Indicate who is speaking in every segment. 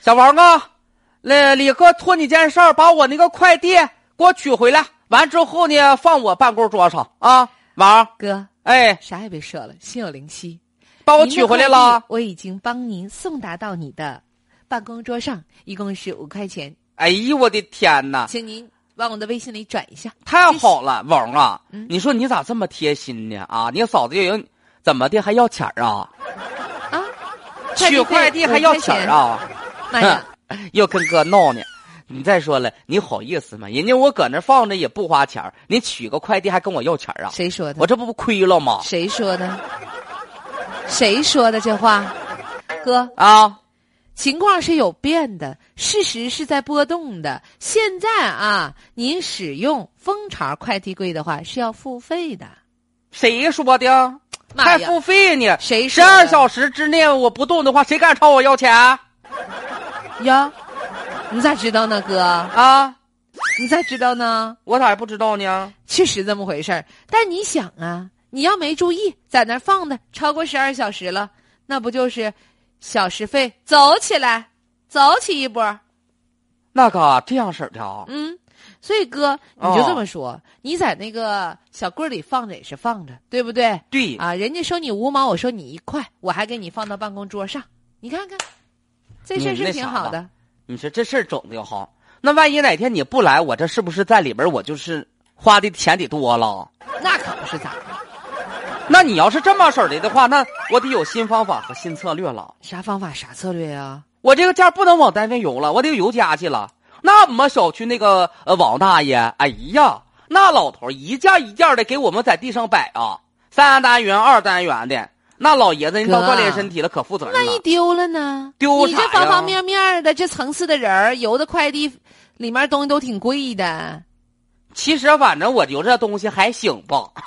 Speaker 1: 小王啊，那李哥托你件事儿，把我那个快递给我取回来，完之后呢，放我办公桌上啊。王，
Speaker 2: 哥，
Speaker 1: 哎，
Speaker 2: 啥也别说了，心有灵犀。
Speaker 1: 把我
Speaker 2: 您的
Speaker 1: 取回来
Speaker 2: 快
Speaker 1: 了
Speaker 2: 递。我已经帮您送达到你的办公桌上，一共是五块钱，
Speaker 1: 哎呦，我的天哪！
Speaker 2: 请您往我的微信里转一下。
Speaker 1: 太好了，王啊，
Speaker 2: 嗯
Speaker 1: 你说你咋这么贴心呢？啊，你嫂子又有怎么的还要钱儿啊？
Speaker 2: 啊，
Speaker 1: 取快递还要钱儿啊？
Speaker 2: 妈哎 呀，
Speaker 1: 又跟哥闹呢。你再说了，你好意思吗？人家我搁那放着也不花钱儿你取个快递还跟我要钱儿啊？
Speaker 2: 谁说的
Speaker 1: 我？这不不亏了吗？
Speaker 2: 谁说的？谁说的这话？哥，
Speaker 1: 啊，
Speaker 2: 情况是有变的，事实是在波动的。现在啊，您使用蜂巢快递柜的话是要付费的。
Speaker 1: 谁说的？
Speaker 2: 妈
Speaker 1: 还
Speaker 2: 呀，
Speaker 1: 付费呢？
Speaker 2: 谁
Speaker 1: 十
Speaker 2: 说的
Speaker 1: 二小时之内我不动的话，谁敢朝我要钱
Speaker 2: 呀？你咋知道呢，哥？
Speaker 1: 啊？
Speaker 2: 你咋知道呢？
Speaker 1: 我咋也不知道呢？
Speaker 2: 确实这么回事儿。但你想啊，你要没注意，在那儿放的超过十二小时了，那不就是小时费？走起来，走起一波。
Speaker 1: 那个这样式儿的啊？
Speaker 2: 嗯，所以哥，你就这么说，
Speaker 1: 哦
Speaker 2: 你在那个小柜儿里放着也是放着，对不对？
Speaker 1: 对，
Speaker 2: 啊，人家收你五毛，我收你一块，我还给你放到办公桌上，你看看，这事儿
Speaker 1: 你那
Speaker 2: 是挺
Speaker 1: 啥
Speaker 2: 好
Speaker 1: 吧
Speaker 2: 的。
Speaker 1: 你说这事儿整的好，那万一哪天你不来，我这是不是在里边儿我就是花的钱得多了？
Speaker 2: 那可不是咋的，
Speaker 1: 那你要是这么式儿的的话，那我得有新方法和新策略了。
Speaker 2: 啥方法啥策略啊呀、
Speaker 1: 我这个件儿不能往单位邮了，我得邮家去了。那我们小区那个呃王大爷，哎呀，那老头儿一件一件的给我们在地上摆啊，三单元、二单元的。那老爷子，人
Speaker 2: 哥
Speaker 1: 到锻炼身体了，可负责任
Speaker 2: 万一
Speaker 1: 了。
Speaker 2: 丢了呢？
Speaker 1: 丢
Speaker 2: 你
Speaker 1: 啥
Speaker 2: 这
Speaker 1: 呀
Speaker 2: 方方面面的，这层次的人儿，邮的快递里面东西都挺贵的。
Speaker 1: 其实反正我留这东西还行吧。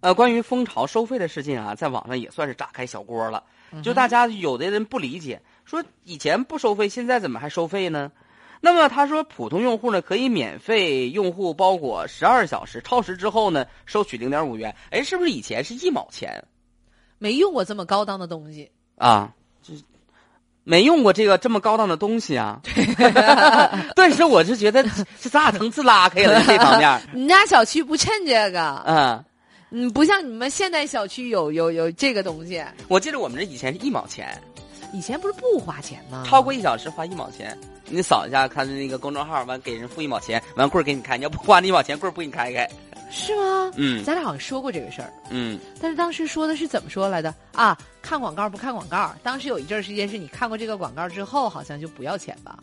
Speaker 1: 呃，关于蜂巢收费的事情啊，在网上也算是炸开小锅了。就大家有的人不理解，说以前不收费，现在怎么还收费呢？那么他说，普通用户呢可以免费用户包裹十二小时，超时之后呢收取零点五元。哎，是不是以前是一毛钱
Speaker 2: 没用过这么高档的东西，
Speaker 1: 啊？这没用过这个这么高档的东西 啊！顿时我是觉得 这咱俩层次拉开了这方面 儿，
Speaker 2: 你家小区不趁这个，
Speaker 1: 嗯。
Speaker 2: 嗯，不像你们现代小区有有有这个东西。
Speaker 1: 我记得我们这以前是一毛钱，
Speaker 2: 以前不是不花钱吗？
Speaker 1: 超过一小时花一毛钱。你扫一下，看那个公众号，完给人付一毛钱，完棍儿给你开，你要不花那一毛钱，棍儿不给你开 开。
Speaker 2: 是吗？
Speaker 1: 嗯
Speaker 2: 咱俩好像说过这个事儿，
Speaker 1: 嗯，
Speaker 2: 但是当时说的是怎么说来的啊？看广告不看广告？当时有一阵儿时间是你看过这个广告之后，好像就不要钱吧？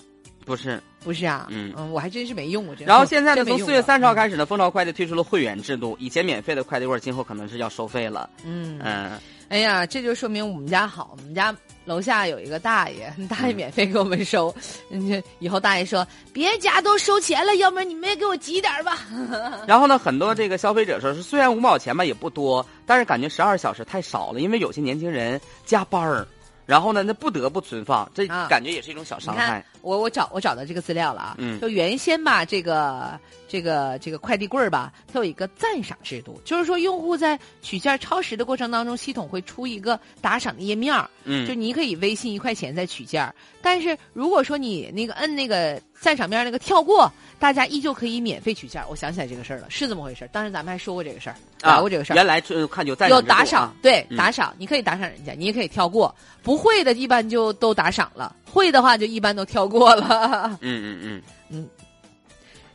Speaker 1: 不是。
Speaker 2: 不是啊？
Speaker 1: 嗯
Speaker 2: 我还真是没用过这。
Speaker 1: 然后现在呢，
Speaker 2: 真没
Speaker 1: 从
Speaker 2: 用过
Speaker 1: 四月三十号，开始呢，蜂巢快递推出了会员制度，以前免费的快递柜儿，今后可能是要收费了。
Speaker 2: 嗯，嗯
Speaker 1: 嗯，
Speaker 2: 哎呀，这就说明我们家好，我们家。楼下有一个大爷， 大爷免费给我们收， 嗯、这以后大爷说别家都收钱了，要不然你们也给我挤点儿吧。
Speaker 1: 然后呢，很多这个消费者说是虽然五毛钱吧也不多，但是感觉十二小时太少了，因为有些年轻人加班儿，然后呢，那不得不存放，这
Speaker 2: 啊
Speaker 1: 感觉也是一种小伤
Speaker 2: 你
Speaker 1: 害
Speaker 2: 看。，我我找我找到这个资料了啊，
Speaker 1: 嗯
Speaker 2: 就原先吧，这个这个这个快递柜儿吧，它有一个赞赏制度，就是说用户在取件超时的过程当中，系统会出一个打赏的页面儿，就
Speaker 1: 嗯，
Speaker 2: 你可以微信一块钱再取件儿，但是如果说你那个摁那个赞赏面儿那个跳过，大家依旧可以免费取件儿。我想起来这个事儿了，是这么回事儿。当时咱们还说过这个事儿，聊过这个事
Speaker 1: 啊
Speaker 2: 儿。
Speaker 1: 原来就看有赞
Speaker 2: 有
Speaker 1: 赏制度啊
Speaker 2: 打赏，对
Speaker 1: 嗯
Speaker 2: 打赏，你可以打赏人家，你也可以跳过。不会的，一般就都打赏了；会的话，就一般都跳过了。
Speaker 1: 嗯嗯嗯，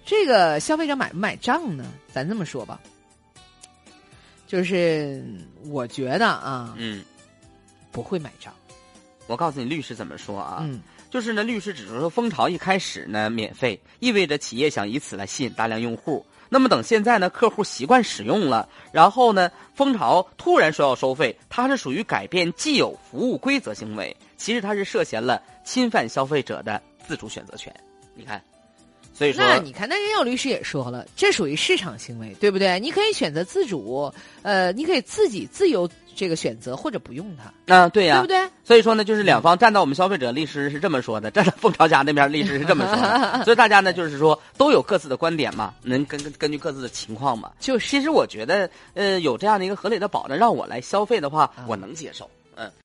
Speaker 2: 这个消费者买不买账呢？咱这么说吧，就是我觉得啊，
Speaker 1: 嗯，
Speaker 2: 不会买账。
Speaker 1: 我告诉你律师怎么说啊？
Speaker 2: 嗯，
Speaker 1: 就是呢，律师指出说，蜂巢一开始呢免费，意味着企业想以此来吸引大量用户。那么等现在呢，客户习惯使用了，然后呢，蜂巢突然说要收费，它是属于改变既有服务规则行为，其实它是涉嫌了侵犯消费者的自主选择权。你看，所以说，
Speaker 2: 那你看，那人药律师也说了，这属于市场行为，对不对？你可以选择自主，呃，你可以自己自由这个选择或者不用它，
Speaker 1: 那、对呀、
Speaker 2: 对不嗯对？
Speaker 1: 所以说呢，就是两方站到我们消费者律师是这么说的，站到蜂巢家那边律师是这么说 的，所以大家呢就是说都有各自的观点嘛，能根根根据各自的情况嘛。
Speaker 2: 就是。
Speaker 1: 其实我觉得，呃，有这样的一个合理的保障，让我来消费的话
Speaker 2: 啊，
Speaker 1: 我能接受。嗯。